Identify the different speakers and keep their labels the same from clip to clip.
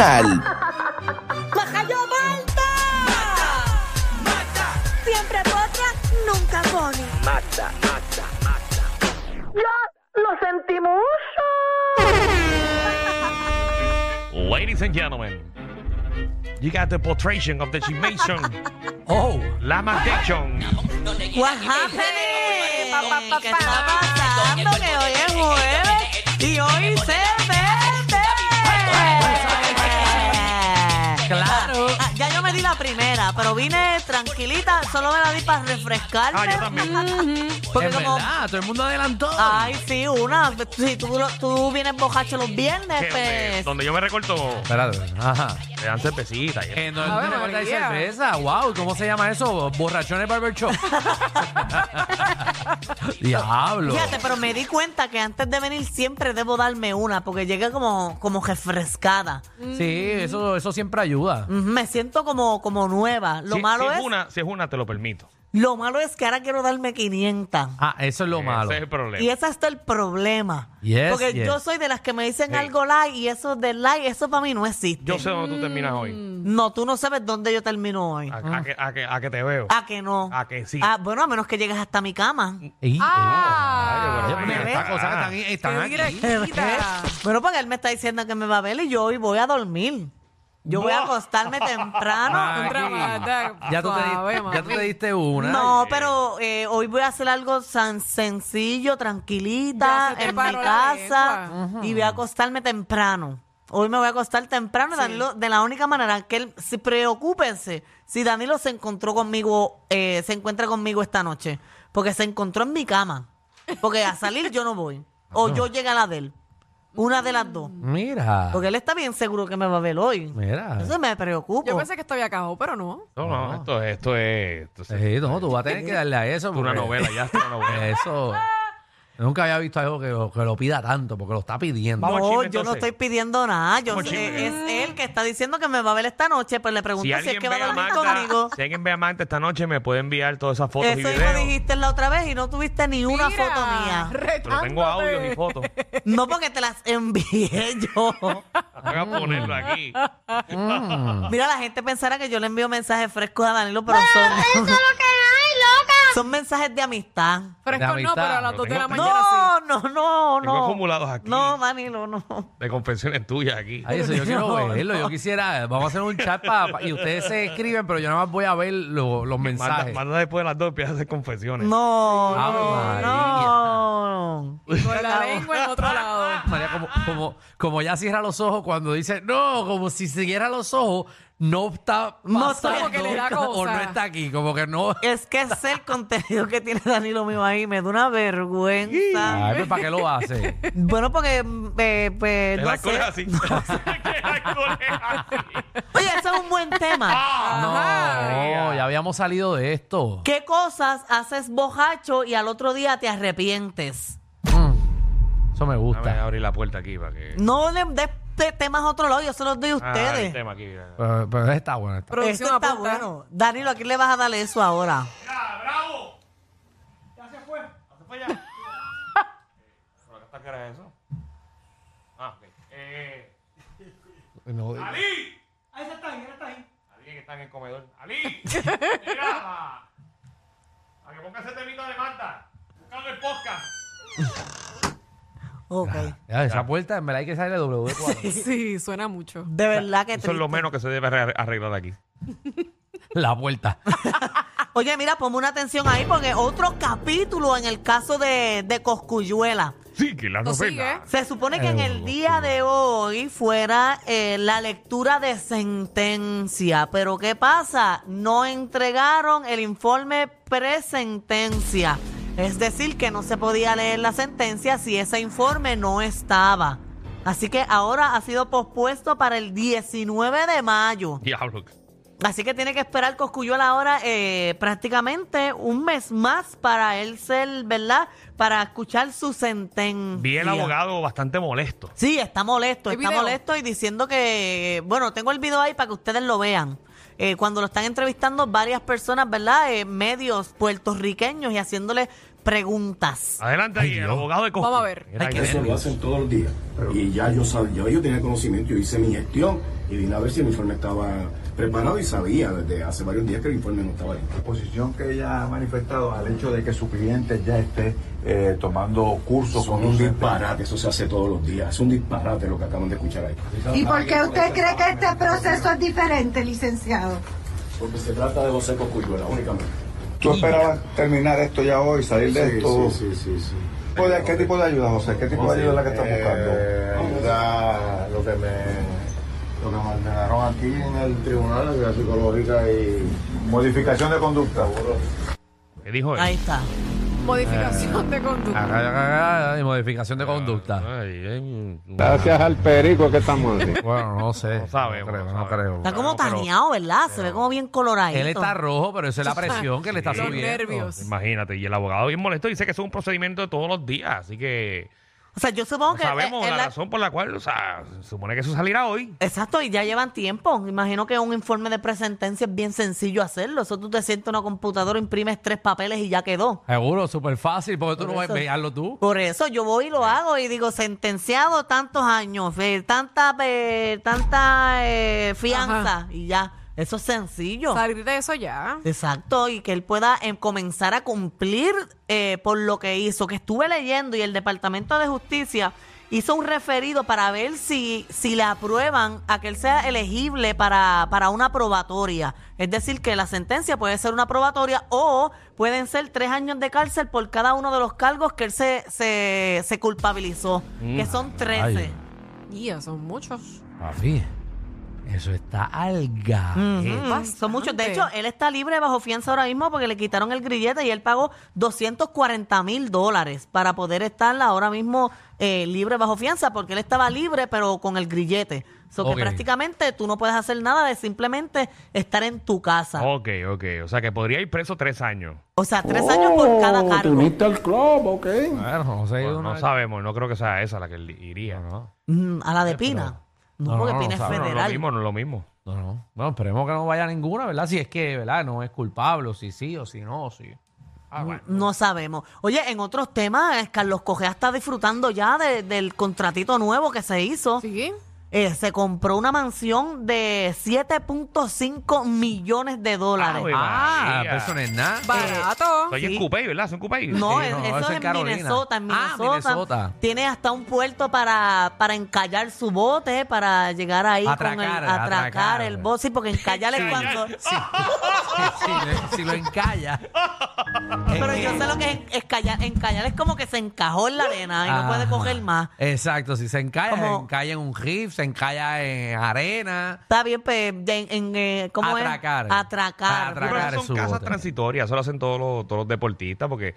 Speaker 1: mundial.
Speaker 2: ¡Majayo Malta! ¡Mata! ¡Mata! Siempre potra, nunca pone.
Speaker 3: Mata, mata, mata.
Speaker 2: ¡Ya lo sentimos!
Speaker 4: Ladies and gentlemen, you got the portrayal of the gymnation,
Speaker 5: Oh,
Speaker 4: lamentation.
Speaker 2: What happened? Pa, pa, pa, pa, pasando que hoy es jueves y hoy se vende.
Speaker 5: claro.
Speaker 2: Ah, Ya yo me di la primera, pero vine tranquilita, solo me la di para refrescarme.
Speaker 4: Ah, yo también.
Speaker 2: Ujú, Porque
Speaker 5: es
Speaker 2: como, Ah.
Speaker 5: verdad, todo el mundo adelantó.
Speaker 2: ay, sí, una, si tú, lo- tú vienes bojacho los viernes,
Speaker 4: Que, eh,
Speaker 2: pues...
Speaker 4: donde yo me recorto,
Speaker 5: Espérate, ajá.
Speaker 4: le dan cervecita. y-
Speaker 5: Eh, no,
Speaker 6: Ave
Speaker 5: no, no, hay
Speaker 6: María.
Speaker 5: cerveza. Wow, ¿cómo se llama eso? Borrachones Barber Shop. Diablo.
Speaker 2: Fíjate, pero me di cuenta que antes de venir siempre debo darme una, porque llegué como, como refrescada.
Speaker 5: Sí, eso, eso siempre ayuda.
Speaker 2: Ujú, Me siento como, como nueva. Lo
Speaker 4: si,
Speaker 2: malo
Speaker 4: si
Speaker 2: es...
Speaker 4: una, si es una, te lo permito.
Speaker 2: Lo malo es que ahora quiero darme 500.
Speaker 5: Ah, eso es lo malo.
Speaker 4: Ese es el problema.
Speaker 2: Y ese es el problema.
Speaker 5: Yes,
Speaker 2: Porque
Speaker 5: yes.
Speaker 2: yo soy de las que me dicen
Speaker 4: Sí.
Speaker 2: algo like y eso del like, eso para mí no existe.
Speaker 4: Yo sé dónde tú terminas hoy.
Speaker 2: No, tú no sabes dónde yo termino hoy.
Speaker 4: A, a que, a que- a que te veo.
Speaker 2: ¿A que no?
Speaker 4: A Ah, que sí.
Speaker 2: Ah, bueno, a menos que llegues hasta mi cama.
Speaker 5: Ey,
Speaker 6: Ah,
Speaker 5: ey, mira,
Speaker 4: Ay, pero
Speaker 5: estas
Speaker 4: venga.
Speaker 5: cosas están, están
Speaker 6: qué
Speaker 5: aquí.
Speaker 6: directita.
Speaker 2: Bueno, porque él me está diciendo que me va a ver y yo hoy voy a dormir. Yo voy a acostarme temprano.
Speaker 5: Ay,
Speaker 6: Otra mata.
Speaker 5: Ya tú, te,
Speaker 6: Suave,
Speaker 5: di- ya tú
Speaker 6: mami.
Speaker 5: te diste una.
Speaker 2: No, pero eh, hoy voy a hacer algo tan sencillo, tranquilita,
Speaker 6: Ya se te
Speaker 2: en mi
Speaker 6: paró la
Speaker 2: casa y voy a acostarme temprano. Hoy me voy a acostar temprano, Danilo, de la única manera que él, si preocúpense, si Danilo se encontró conmigo, eh, se encuentra conmigo esta noche, porque se encontró en mi cama, porque a salir yo no voy, o yo llegué a la de él, una de las dos,
Speaker 5: Mira.
Speaker 2: porque él está bien seguro que me va a ver hoy.
Speaker 5: Mira.
Speaker 2: Entonces me preocupo.
Speaker 6: Yo pensé que esto había cajado, pero no.
Speaker 4: No,
Speaker 2: Ah.
Speaker 4: no, esto es. Esto es esto es-
Speaker 5: Sí, no, tú vas a tener que darle a eso.
Speaker 4: esto es una
Speaker 5: porque-
Speaker 4: novela, ya es una novela.
Speaker 5: Eso. Nunca había visto algo que, lo- que lo pida tanto, porque lo está pidiendo.
Speaker 4: Vamos al
Speaker 2: No,
Speaker 4: chisme,
Speaker 2: yo no
Speaker 4: entonces.
Speaker 2: estoy pidiendo nada. Yo
Speaker 4: Vamos al
Speaker 2: sé-
Speaker 4: chisme.
Speaker 2: es él que está diciendo que me va a ver esta noche, pues le pregunto si, es que va a dormir conmigo.
Speaker 4: si alguien ve a Magda esta noche, me puede enviar todas esas fotos y
Speaker 2: Eso
Speaker 4: videos.
Speaker 2: lo dijiste la otra vez y no tuviste ni una
Speaker 6: Mira,
Speaker 2: foto mía.
Speaker 4: Pero tengo
Speaker 6: retándote.
Speaker 4: audios y fotos.
Speaker 2: No porque te las envié yo.
Speaker 4: Voy a ponerlo aquí.
Speaker 5: Ah.
Speaker 2: Mira, la gente pensará que yo le envío mensajes frescos a Danilo, pero son, son mensajes de amistad.
Speaker 6: Fresco
Speaker 5: De
Speaker 6: no,
Speaker 5: amistad.
Speaker 6: pero a las 2 de la
Speaker 4: No.
Speaker 6: mañana sí.
Speaker 2: No, no, no,
Speaker 4: Tengo
Speaker 2: no.
Speaker 4: acumulados aquí.
Speaker 2: No, Danilo, no.
Speaker 4: De confesiones tuyas aquí.
Speaker 5: Ay, eso yo quiero
Speaker 2: No,
Speaker 5: verlo. Yo quisiera. Vamos a hacer un chat pa- pa- y ustedes se escriben, pero yo nada más voy a ver lo- los
Speaker 4: Manda,
Speaker 5: mensajes.
Speaker 4: manda después de las dos, empieza a hacer confesiones.
Speaker 2: No,
Speaker 5: Ave
Speaker 2: no,
Speaker 5: María.
Speaker 2: no.
Speaker 6: Con la lengua en otro lado.
Speaker 5: María, como, como, como ya cierra los ojos cuando dice no, como si cierra los ojos, no está
Speaker 2: No está-
Speaker 5: pasando
Speaker 2: Como que
Speaker 6: le da
Speaker 5: o
Speaker 6: cosa.
Speaker 5: no está aquí, como que no.
Speaker 2: Es que es el contenido que tiene Danilo mío ahí, me da una vergüenza.
Speaker 5: Ay, pues, ¿para qué lo hace?
Speaker 2: Bueno, porque, mm, eh, pues,
Speaker 4: El
Speaker 2: no
Speaker 4: alcohol es
Speaker 2: sé.
Speaker 4: así. El alcohol es así.
Speaker 2: Oye, ese es un buen tema.
Speaker 4: Ah.
Speaker 5: No, ya habíamos salido de esto.
Speaker 2: ¿Qué cosas haces bojacho y al otro día te arrepientes?
Speaker 5: Mm, Eso me
Speaker 4: Dame
Speaker 5: gusta.
Speaker 4: abrir la puerta aquí para que.
Speaker 2: No le des te- temas a otro lado, yo se los doy a
Speaker 4: Ah, el
Speaker 2: ustedes.
Speaker 4: tema aquí. mira.
Speaker 5: Pero, pero está bueno. está-
Speaker 6: Producción
Speaker 2: Esto está
Speaker 6: apunta.
Speaker 2: bueno. Danilo, ¿a quién le vas a darle eso ahora?
Speaker 4: Ah, ¿Pero ¿Qué cara es eso? Ah, ok. Eh,
Speaker 5: No,
Speaker 4: ¡Ali! Ahí está, ahí está ahí. Alguien que está en el comedor. ¡Ali! ¡Mira! A que ponga ese temita de Marta. Buscando el podcast.
Speaker 2: Ok.
Speaker 4: Ah.
Speaker 5: ya, esa puerta en verdad hay que salir de W4.
Speaker 6: Sí, suena mucho.
Speaker 2: De verdad que
Speaker 4: Eso es
Speaker 2: triste.
Speaker 4: lo menos que se debe arre- arreglar aquí.
Speaker 5: La puerta.
Speaker 2: Ah, Oye, mira, ponme una atención ahí porque otro capítulo en el caso de, de Coscuyuela.
Speaker 4: Sí, que la
Speaker 6: Esto sigue.
Speaker 4: novela.
Speaker 2: Se supone que en el día de hoy fuera eh, la lectura de sentencia, pero ¿qué pasa? No entregaron el informe presentencia. Es decir, que no se podía leer la sentencia si ese informe no estaba. Así que ahora ha sido pospuesto para el 19 de mayo.
Speaker 4: Diablo.
Speaker 2: Así que tiene que esperar Cosculluela ahora eh, prácticamente un mes más para él ser, ¿verdad? Para escuchar su sentencia.
Speaker 4: Vi el abogado bastante molesto.
Speaker 2: Sí, está molesto,
Speaker 6: ¿Hay
Speaker 2: está
Speaker 6: video?
Speaker 2: molesto y diciendo que, bueno, tengo el video ahí para que ustedes lo vean. Eh, cuando lo están entrevistando varias personas, ¿verdad? Eh, medios puertorriqueños y haciéndole preguntas.
Speaker 4: Adelante ahí, el
Speaker 5: Dios.
Speaker 4: abogado de Costa.
Speaker 6: Vamos a ver.
Speaker 5: Hay que
Speaker 1: Eso lo hacen todos los días. Y ya yo sabía, yo tenía conocimiento, yo hice mi gestión y vine a ver si el informe estaba preparado y sabía desde hace varios días que el informe no estaba listo.
Speaker 7: la posición que ella ha manifestado al hecho de que su cliente ya esté eh, tomando cursos
Speaker 1: Son
Speaker 7: con
Speaker 1: un
Speaker 7: un
Speaker 1: disparate, eso se hace todos los días. Es un disparate lo que acaban de escuchar ahí.
Speaker 8: ¿Y por qué usted cree que este proceso es diferente, licenciado?
Speaker 1: Porque se trata de José Cosculluela únicamente.
Speaker 7: ¿Tú esperabas terminar esto ya hoy, salir de esto?
Speaker 1: sí, sí, sí.
Speaker 7: ¿Qué tipo de- ¿Qué tipo de ayuda, José? ¿Qué tipo de ayuda es la que estás buscando?
Speaker 1: Eh, ayuda, lo que me, lo que me ordenaron aquí en el tribunal, la ayuda psicológica y
Speaker 7: Modificación de conducta.
Speaker 4: ¿Qué dijo él?
Speaker 2: Ahí está.
Speaker 6: Modificación de conducta.
Speaker 5: Ajá, ajá, ajá, y modificación de conducta.
Speaker 4: Ay, ay,
Speaker 7: al perico que estamos haciendo.
Speaker 5: Bueno, no sé.
Speaker 4: No sabemos,
Speaker 5: creo, no
Speaker 4: no sabemos.
Speaker 5: creo.
Speaker 2: Está como
Speaker 4: Pero-
Speaker 2: taneado, ¿verdad? Se ve como bien coloradito.
Speaker 5: Él está rojo, pero esa es la presión que le está
Speaker 4: Los
Speaker 5: subiendo.
Speaker 6: nervios.
Speaker 4: Imagínate, y el abogado bien molesto dice que eso es un procedimiento de todos los días, así que
Speaker 2: O sea, yo supongo
Speaker 4: no
Speaker 2: que...
Speaker 4: sabemos
Speaker 2: eh,
Speaker 4: la
Speaker 2: él la-
Speaker 4: razón por la cual, o sea, se supone que eso salirá hoy.
Speaker 2: Exacto, y ya llevan tiempo. Imagino que un informe de presentencia es bien sencillo hacerlo. Eso tú te sientas en una computadora, imprimes tres papeles y ya quedó.
Speaker 5: Seguro, súper fácil, porque tú
Speaker 2: Por
Speaker 5: no vas a
Speaker 2: eso-
Speaker 5: pegarlo tú.
Speaker 2: Por eso yo voy y lo hago y digo, sentenciado tantos años, eh, tanta, eh, tanta eh, fianza y ya. Eso es sencillo.
Speaker 6: Salir de eso ya.
Speaker 2: Exacto, y que él pueda eh, comenzar a cumplir eh, por lo que hizo. Que estuve leyendo y el Departamento de Justicia hizo un referido para ver si, si le aprueban a que él sea elegible para, para una probatoria. Es decir, que la sentencia puede ser una probatoria o pueden ser tres años de cárcel por cada uno de los cargos que él se, se, se culpabilizó, que son 13.
Speaker 5: Ay.
Speaker 6: Y son muchos.
Speaker 5: Papi, eso está alga.
Speaker 2: Ujú, Son muchos. De hecho, él está libre bajo fianza ahora mismo porque le quitaron el grillete y él pagó 240 mil dólares para poder estar ahora mismo eh, libre bajo fianza porque él estaba libre pero con el grillete. O sea,
Speaker 5: Ok.
Speaker 2: que prácticamente tú no puedes hacer nada de simplemente estar en tu casa.
Speaker 4: Ok, ok, o sea que podría ir preso tres años.
Speaker 2: O sea, tres
Speaker 5: Oh,
Speaker 2: años por cada cargo.
Speaker 7: al club, ¿ok?
Speaker 5: Bueno, no sé.
Speaker 4: Bueno,
Speaker 5: uno-
Speaker 4: Pues no sabemos, no creo que sea esa la que él iría. No,
Speaker 2: Mm, a la de Pina. No,
Speaker 5: No,
Speaker 2: porque
Speaker 5: no,
Speaker 2: Pina
Speaker 5: no,
Speaker 2: es
Speaker 5: no,
Speaker 4: no, no es lo
Speaker 2: federal.
Speaker 4: mismo, no es lo mismo.
Speaker 5: No, no. Bueno, esperemos que no vaya ninguna, ¿verdad? Si es que, ¿verdad? No es culpable, o si sí, o si no, o si. Ah, bueno.
Speaker 2: No sabemos. Oye, en otros temas, Carlos Cogea está disfrutando ya de- del contratito nuevo que se hizo.
Speaker 6: Sí.
Speaker 2: Eh, se compró una mansión de 7.5 millones de dólares.
Speaker 4: Ave
Speaker 5: Ah,
Speaker 4: María.
Speaker 5: pero eso no es nada.
Speaker 6: Barato.
Speaker 4: Oye, es Coupey, ¿verdad? Son Coupey.
Speaker 2: no,
Speaker 5: Sí,
Speaker 2: es-
Speaker 5: no,
Speaker 2: eso,
Speaker 5: eso es
Speaker 2: es en
Speaker 5: Carolina.
Speaker 2: Minnesota, en
Speaker 5: Ah,
Speaker 2: Minnesota.
Speaker 5: Minnesota.
Speaker 2: Tiene hasta un puerto para, para encallar su bote, para llegar ahí con el
Speaker 5: Atracar,
Speaker 2: atracar,
Speaker 5: atracar.
Speaker 2: el bote. Sí, porque encallar es cuando.
Speaker 5: Sí. si, lo- si lo encalla.
Speaker 2: Pero yo sé lo que es, es callar. Encallar es como que se encajó en la arena y no puede
Speaker 5: Ajá.
Speaker 2: coger más.
Speaker 5: Exacto, si se encalla,
Speaker 2: Como-
Speaker 5: se encalla en un riff, se encalla en arena.
Speaker 2: Está bien, pues, de- en, eh, ¿cómo es?
Speaker 5: Atracar.
Speaker 2: Atracar.
Speaker 5: Atracar.
Speaker 4: Pero
Speaker 5: Tragar
Speaker 4: esas
Speaker 5: su
Speaker 4: son casas
Speaker 5: bote.
Speaker 4: transitorias, eso lo hacen todos los, todos los deportistas, porque,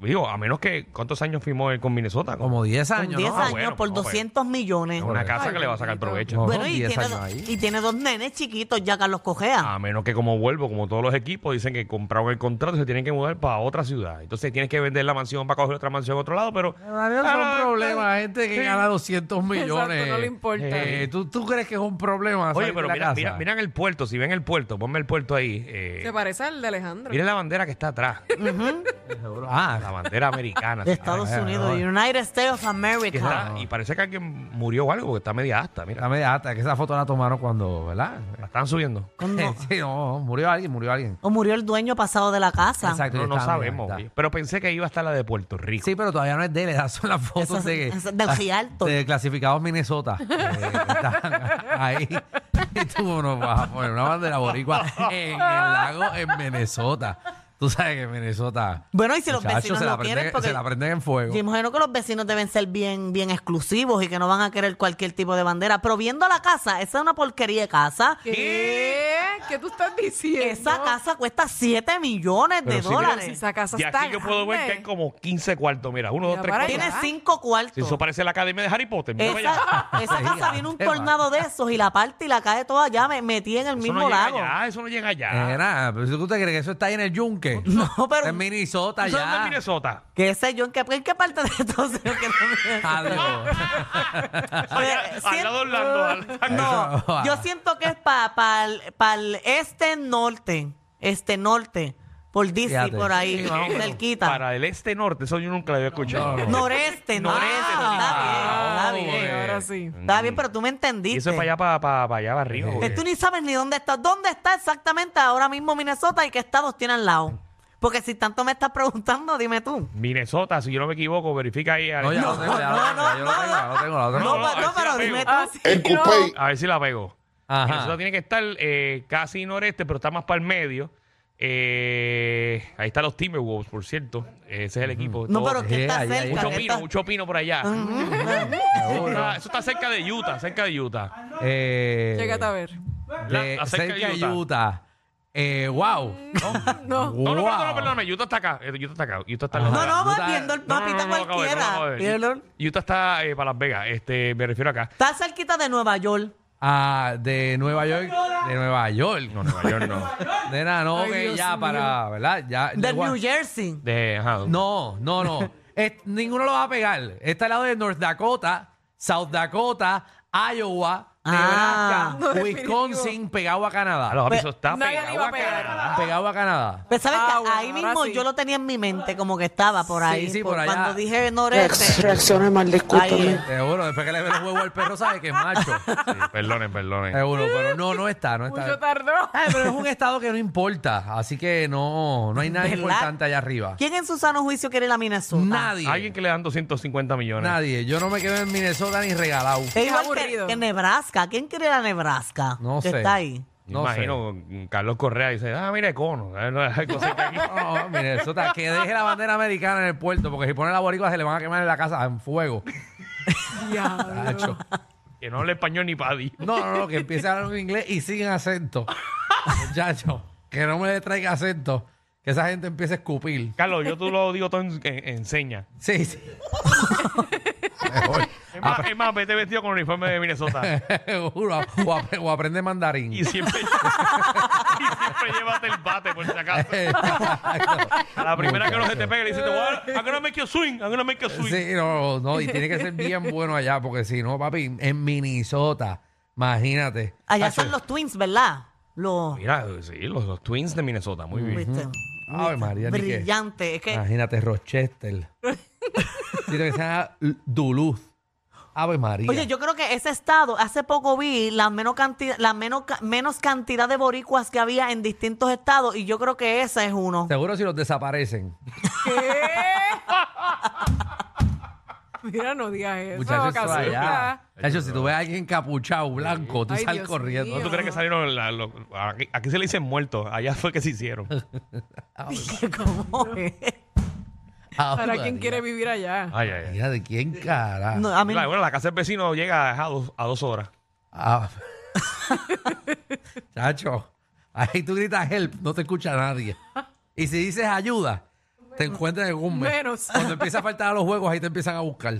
Speaker 4: digo, a menos que, ¿cuántos años firmó él con Minnesota?
Speaker 5: Como 10
Speaker 2: Con
Speaker 5: años,
Speaker 2: 10
Speaker 5: ¿no? Ah,
Speaker 2: años
Speaker 4: bueno,
Speaker 2: por
Speaker 4: no, pues.
Speaker 2: 200 millones.
Speaker 4: Es una casa
Speaker 6: Ay,
Speaker 4: que le va a sacar
Speaker 6: bendito.
Speaker 4: provecho.
Speaker 5: No,
Speaker 2: Bueno, y
Speaker 5: 10
Speaker 2: tiene,
Speaker 5: años
Speaker 2: do-
Speaker 5: ahí.
Speaker 2: y tiene dos nenes chiquitos ya, Carlos Cogea.
Speaker 4: A menos que como vuelvo, como todos los equipos, dicen que compraron el contrato y se tienen que mudar para otra ciudad. Entonces tienes que vender la mansión para coger otra mansión a otro lado, pero...
Speaker 5: Daniel, son
Speaker 4: Ah,
Speaker 5: problemas,
Speaker 4: eh,
Speaker 5: gente que
Speaker 4: sí.
Speaker 5: gana 200 millones.
Speaker 6: Exacto, no le importa.
Speaker 5: Eh, ¿tú, tú crees que es un problema?
Speaker 4: Oye,
Speaker 5: salir
Speaker 4: pero
Speaker 5: de la
Speaker 4: mira,
Speaker 5: casa?
Speaker 4: mira, mira en el puerto, si ven el puerto, ponme el puerto ahí. eh,
Speaker 6: Se parece al de Alejandro.
Speaker 4: mira la bandera que está atrás, la
Speaker 5: Ah,
Speaker 4: bandera americana.
Speaker 2: de
Speaker 4: así,
Speaker 2: Estados
Speaker 5: ah,
Speaker 2: Unidos,
Speaker 5: ah,
Speaker 2: United States of
Speaker 4: que
Speaker 2: America.
Speaker 4: está- y parece que alguien murió o algo, porque está media asta,
Speaker 5: la
Speaker 4: mira.
Speaker 5: media hasta que esa foto la tomaron cuando, ¿verdad?
Speaker 4: La están subiendo.
Speaker 2: Cuando-
Speaker 5: Sí, no, murió alguien, murió alguien.
Speaker 2: o murió el dueño pasado de la casa.
Speaker 5: Exacto,
Speaker 4: No, no
Speaker 5: está, mira,
Speaker 4: sabemos,
Speaker 5: está.
Speaker 4: oye. pero pensé que iba a estar la de Puerto Rico.
Speaker 5: Sí, pero todavía no es de él, esas son las
Speaker 2: Esas-
Speaker 5: fotos de,
Speaker 2: esas del Rialto.
Speaker 5: de clasificados Minnesota. Eh, están ahí. Y tú nos vas a poner una bandera boricua en el lago en Minnesota. Tú sabes que en Minnesota.
Speaker 2: Bueno, y si los
Speaker 5: muchachos,
Speaker 2: vecinos
Speaker 5: se la
Speaker 2: lo quieren,
Speaker 5: prenden-
Speaker 2: porque
Speaker 5: se la prenden en fuego.
Speaker 2: yo imagino que los vecinos deben ser bien, bien exclusivos y que no van a querer cualquier tipo de bandera. Pero viendo la casa, esa es una porquería de casa.
Speaker 6: ¿Qué? ¿Qué tú estás diciendo?
Speaker 2: Esa casa cuesta 7 millones de
Speaker 4: Pero si
Speaker 2: dólares.
Speaker 6: Si esa casa
Speaker 4: Y
Speaker 6: está
Speaker 4: aquí yo puedo ver que hay
Speaker 6: grande.
Speaker 4: como 15 cuartos, mira, uno, dos,
Speaker 6: Ya
Speaker 4: tres,
Speaker 6: para
Speaker 4: cuatro.
Speaker 2: Tiene
Speaker 6: allá.
Speaker 2: cinco cuartos.
Speaker 4: Si eso parece la academia de Harry Potter, mira para allá.
Speaker 2: esa, esa casa viene un tornado de esos y la parte y la cae toda allá, me metí en el
Speaker 4: Eso
Speaker 2: mismo
Speaker 4: no llega
Speaker 2: lago.
Speaker 4: allá, eso no llega allá.
Speaker 5: Era, pero si usted cree que eso está ahí en el yunque.
Speaker 2: No, pero-
Speaker 5: En Minnesota
Speaker 4: Eso no es
Speaker 5: ya.
Speaker 4: Minnesota.
Speaker 2: ¿Qué sé yo? ¿En qué, en qué parte de Estados Unidos que no me-
Speaker 5: Adiós.
Speaker 4: Allá,
Speaker 2: Oye,
Speaker 4: al
Speaker 2: sien-
Speaker 4: lado de Orlando. al- al-
Speaker 2: No, yo siento que es para el este norte, este norte, por Disney,
Speaker 5: Fíjate.
Speaker 2: por ahí,
Speaker 5: Sí, vamos.
Speaker 2: cerquita.
Speaker 4: Para el este-norte, eso yo nunca lo había escuchado.
Speaker 5: No, no, no.
Speaker 2: Noreste, noreste.
Speaker 4: Noreste, Ah,
Speaker 2: está
Speaker 5: no,
Speaker 2: bien, está bien.
Speaker 5: eh.
Speaker 6: Ahora sí.
Speaker 2: Está bien, pero tú me entendiste.
Speaker 4: Y eso es para allá, para, para, allá, para
Speaker 5: Eh,
Speaker 4: arriba.
Speaker 2: Que
Speaker 4: porque-
Speaker 2: tú ni sabes ni dónde está. ¿Dónde está exactamente ahora mismo Minnesota y qué estados tiene al lado? Porque si tanto me estás preguntando, dime tú.
Speaker 4: Minnesota, si yo no me equivoco, verifica ahí. A,
Speaker 5: No, ya
Speaker 4: ver-
Speaker 5: lo tengo, ya lo tengo, ya yo lo tengo, ya lo tengo, ya
Speaker 2: No,
Speaker 5: lo tengo.
Speaker 4: no,
Speaker 2: pa-
Speaker 4: a
Speaker 2: no,
Speaker 4: ver si la
Speaker 2: pero
Speaker 4: pego.
Speaker 2: dime
Speaker 5: Ah,
Speaker 2: tú.
Speaker 6: Así que no.
Speaker 4: a ver si la pego. Minnesota
Speaker 5: Ajá.
Speaker 4: tiene que estar eh, casi noreste, pero está más para el medio. Eh, ahí están los Timberwolves, por cierto. Ese es el equipo.
Speaker 2: No,
Speaker 4: Todo-
Speaker 2: pero que está
Speaker 5: ahí, ahí.
Speaker 2: cerca.
Speaker 4: Mucho
Speaker 2: que
Speaker 4: pino,
Speaker 2: está-
Speaker 4: mucho pino por allá. Eso está, eso está cerca de Utah, cerca de Utah.
Speaker 5: Eh,
Speaker 6: Llegate a ver.
Speaker 5: de-
Speaker 4: La- acerca
Speaker 5: cerca
Speaker 4: de
Speaker 5: de Utah. Eh, wow.
Speaker 6: No.
Speaker 4: No, no, no, no, perdóname, Utah está acá. eh, Utah está acá. Utah está en la-
Speaker 2: No, no, vas
Speaker 5: Utah-
Speaker 2: viendo el
Speaker 4: No, no, no,
Speaker 2: mapita
Speaker 4: no, no, acabo de ver,
Speaker 2: cualquiera.
Speaker 4: acabo de ver.
Speaker 2: Viendo-
Speaker 4: Utah está eh, para Las Vegas, este, me refiero acá.
Speaker 2: Está cerquita de Nueva York.
Speaker 5: Ah, de Nueva York. De Nueva York.
Speaker 4: No, Nueva York no.
Speaker 5: Nena, no,
Speaker 6: Ay,
Speaker 5: que
Speaker 6: Dios
Speaker 5: ya
Speaker 6: mío.
Speaker 5: para, ¿verdad? Ya,
Speaker 2: De
Speaker 5: llegó a-
Speaker 2: New Jersey.
Speaker 4: De, ajá.
Speaker 5: No, no, no. Es- ninguno lo va a pegar. Está al lado de North Dakota, South Dakota, Iowa,
Speaker 2: Ah.
Speaker 5: Nebraska,
Speaker 6: No, definitivo.
Speaker 5: Wisconsin, pegado a
Speaker 4: A
Speaker 5: Canadá.
Speaker 4: los avisos está
Speaker 6: Nadie le
Speaker 4: pegado
Speaker 6: iba
Speaker 4: a
Speaker 6: a pegar.
Speaker 4: Canadá.
Speaker 5: Pegado a Canadá.
Speaker 2: Pero sabes
Speaker 6: Ah,
Speaker 2: que
Speaker 6: bueno,
Speaker 2: ahí
Speaker 6: ahora
Speaker 2: mismo
Speaker 6: sí.
Speaker 2: yo lo tenía en mi mente, como que estaba por
Speaker 5: Sí,
Speaker 2: ahí.
Speaker 5: sí, por allá.
Speaker 2: Cuando dije noreste.
Speaker 9: Reacciones mal,
Speaker 2: ahí
Speaker 9: discúlpame.
Speaker 2: es.
Speaker 5: Seguro, después que le ve el juego al perro, sabe que es macho.
Speaker 4: Sí, perdonen, perdonen.
Speaker 5: Seguro, pero no, no está, no
Speaker 6: Mucho
Speaker 5: está.
Speaker 6: tardó.
Speaker 5: Ay, pero es un estado que no importa, así que no, no hay nada
Speaker 2: ¿Verdad?
Speaker 5: importante allá arriba.
Speaker 2: ¿Quién en su sano juicio quiere la Minnesota?
Speaker 5: Nadie,
Speaker 4: Alguien que le dan 250 millones.
Speaker 5: nadie. Yo no me quedo en Minnesota ni regalado.
Speaker 2: Es igual
Speaker 6: Qué
Speaker 2: que,
Speaker 6: aburrido.
Speaker 2: que Nebraska. ¿Quién quiere la Nebraska?
Speaker 5: No
Speaker 2: que
Speaker 5: sé.
Speaker 2: está ahí.
Speaker 5: No sé.
Speaker 4: Imagino Carlos Correa dice, ah, mira, cono. Ah, no, hay cosas que aquí-
Speaker 5: No, Minnesota, que deje la bandera americana en el puerto, porque si pone la boricua se le van a quemar en la casa en fuego. Tacho.
Speaker 4: que no habla español ni paddy.
Speaker 5: No, no, no, que empiece a hablar en inglés y sin acento. Muchacho, que no me traiga acento. Que esa gente empiece a escupir.
Speaker 4: Carlos, yo tú lo digo todo en, en- en señas.
Speaker 5: Sí, sí. Mejor.
Speaker 4: Es más, es más, vete vestido con uniforme de Minnesota.
Speaker 5: Juro, o, ap- o aprende mandarín.
Speaker 4: Y siempre, y siempre llévate el bate, por si acaso. A la primera que no se te pegue, le dice, te voy a dar, I'm gonna make you swing, I'm gonna make you swing.
Speaker 5: Sí, no, no, y tiene que ser bien bueno allá, porque si no, papi, en Minnesota, imagínate.
Speaker 2: Allá son los Twins, ¿verdad? Los.
Speaker 4: Mira, sí, los, los Twins de Minnesota, muy bien.
Speaker 2: ¿viste?
Speaker 5: Ay, María, ni qué.
Speaker 2: Brillante. Es que.
Speaker 5: Imagínate Rochester. Tiene que sea Duluth. Ave María.
Speaker 2: Oye, yo creo que ese estado, hace poco vi la menos cantidad, la menos, ca- menos cantidad de boricuas que había en distintos estados y yo creo que ese es uno.
Speaker 5: Seguro si los desaparecen.
Speaker 6: Mira, no digas eso.
Speaker 5: Muchachos, eso
Speaker 6: Cazuela.
Speaker 5: allá. Muchachos, si tú ves a alguien encapuchado, blanco, tú
Speaker 6: Ay,
Speaker 5: sal
Speaker 6: Dios
Speaker 5: corriendo.
Speaker 6: mío.
Speaker 4: ¿No tú crees que salieron la- lo- aquí, aquí se le dicen muertos, allá fue que se hicieron.
Speaker 2: ¿Cómo es?
Speaker 5: Ave
Speaker 6: Para quien
Speaker 5: María.
Speaker 6: quiere vivir allá.
Speaker 5: Ah,
Speaker 4: Ay, ay, ay.
Speaker 5: Mira, ¿de quién cara?
Speaker 2: No, a mí
Speaker 4: Claro, bueno, la casa del vecino llega a dos, a dos horas.
Speaker 5: Ah. Chacho, ahí tú gritas help, no te escucha nadie. Y si dices ayuda, te encuentran en un mes.
Speaker 6: Menos.
Speaker 5: Cuando empieza a faltar a los juegos, ahí te empiezan a buscar.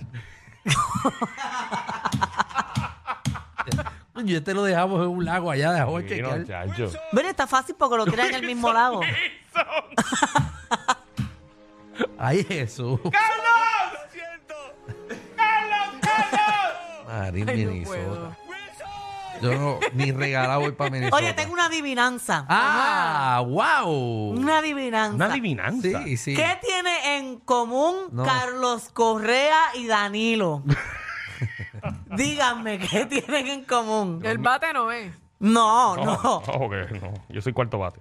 Speaker 5: Yo te lo dejamos en un lago allá de Jorge.
Speaker 4: Sí, no, chacho.
Speaker 2: Mira, está fácil porque lo tiran en el mismo lago.
Speaker 5: Ay, Jesús. Marín,
Speaker 6: Ay, no
Speaker 5: Minnesota.
Speaker 6: puedo.
Speaker 5: Yo no, ni regalado voy para Minnesota.
Speaker 2: Oye, tengo una adivinanza.
Speaker 5: Ah, wow.
Speaker 2: Una adivinanza.
Speaker 4: Una adivinanza.
Speaker 5: Sí, sí.
Speaker 2: ¿Qué tiene en común
Speaker 5: No.
Speaker 2: Carlos Correa y Danilo? Díganme, ¿qué tienen en común?
Speaker 6: El bate no es.
Speaker 2: No,
Speaker 4: No,
Speaker 2: no.
Speaker 4: no, que Oh, no. Yo soy cuarto bate.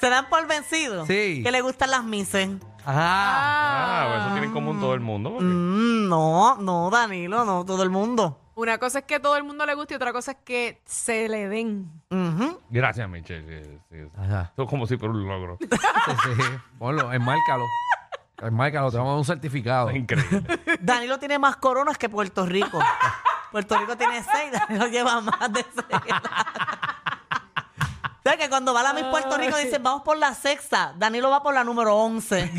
Speaker 2: ¿Se dan por vencido?
Speaker 5: Sí.
Speaker 2: Que le gustan las mises.
Speaker 5: Ajá.
Speaker 4: Ah, pues eso tiene en común todo el mundo. porque-
Speaker 2: Mm, no, no, Danilo, no, todo el mundo.
Speaker 6: Una cosa es que todo el mundo le guste y otra cosa es que se le den.
Speaker 2: Ujú.
Speaker 4: Gracias, Michelle. Sí, sí, sí.
Speaker 5: Ajá.
Speaker 4: Eso es como si fuera un logro.
Speaker 5: Sí, sí. Ponlo, enmárcalo. Enmárcalo, te vamos a dar un certificado.
Speaker 4: Increíble.
Speaker 2: Danilo tiene más coronas que Puerto Rico. Puerto Rico tiene seis, Danilo lleva más de seis. O sea, que cuando va la Miss Puerto Rico dicen, vamos por la sexta. Danilo va por la número once.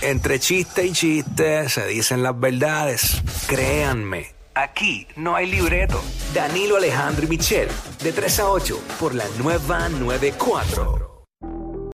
Speaker 9: Entre chiste y chiste se dicen las verdades. Créanme, aquí no hay libreto. Danilo Alejandro y Michel, de 3 a 8, por la nueva 94.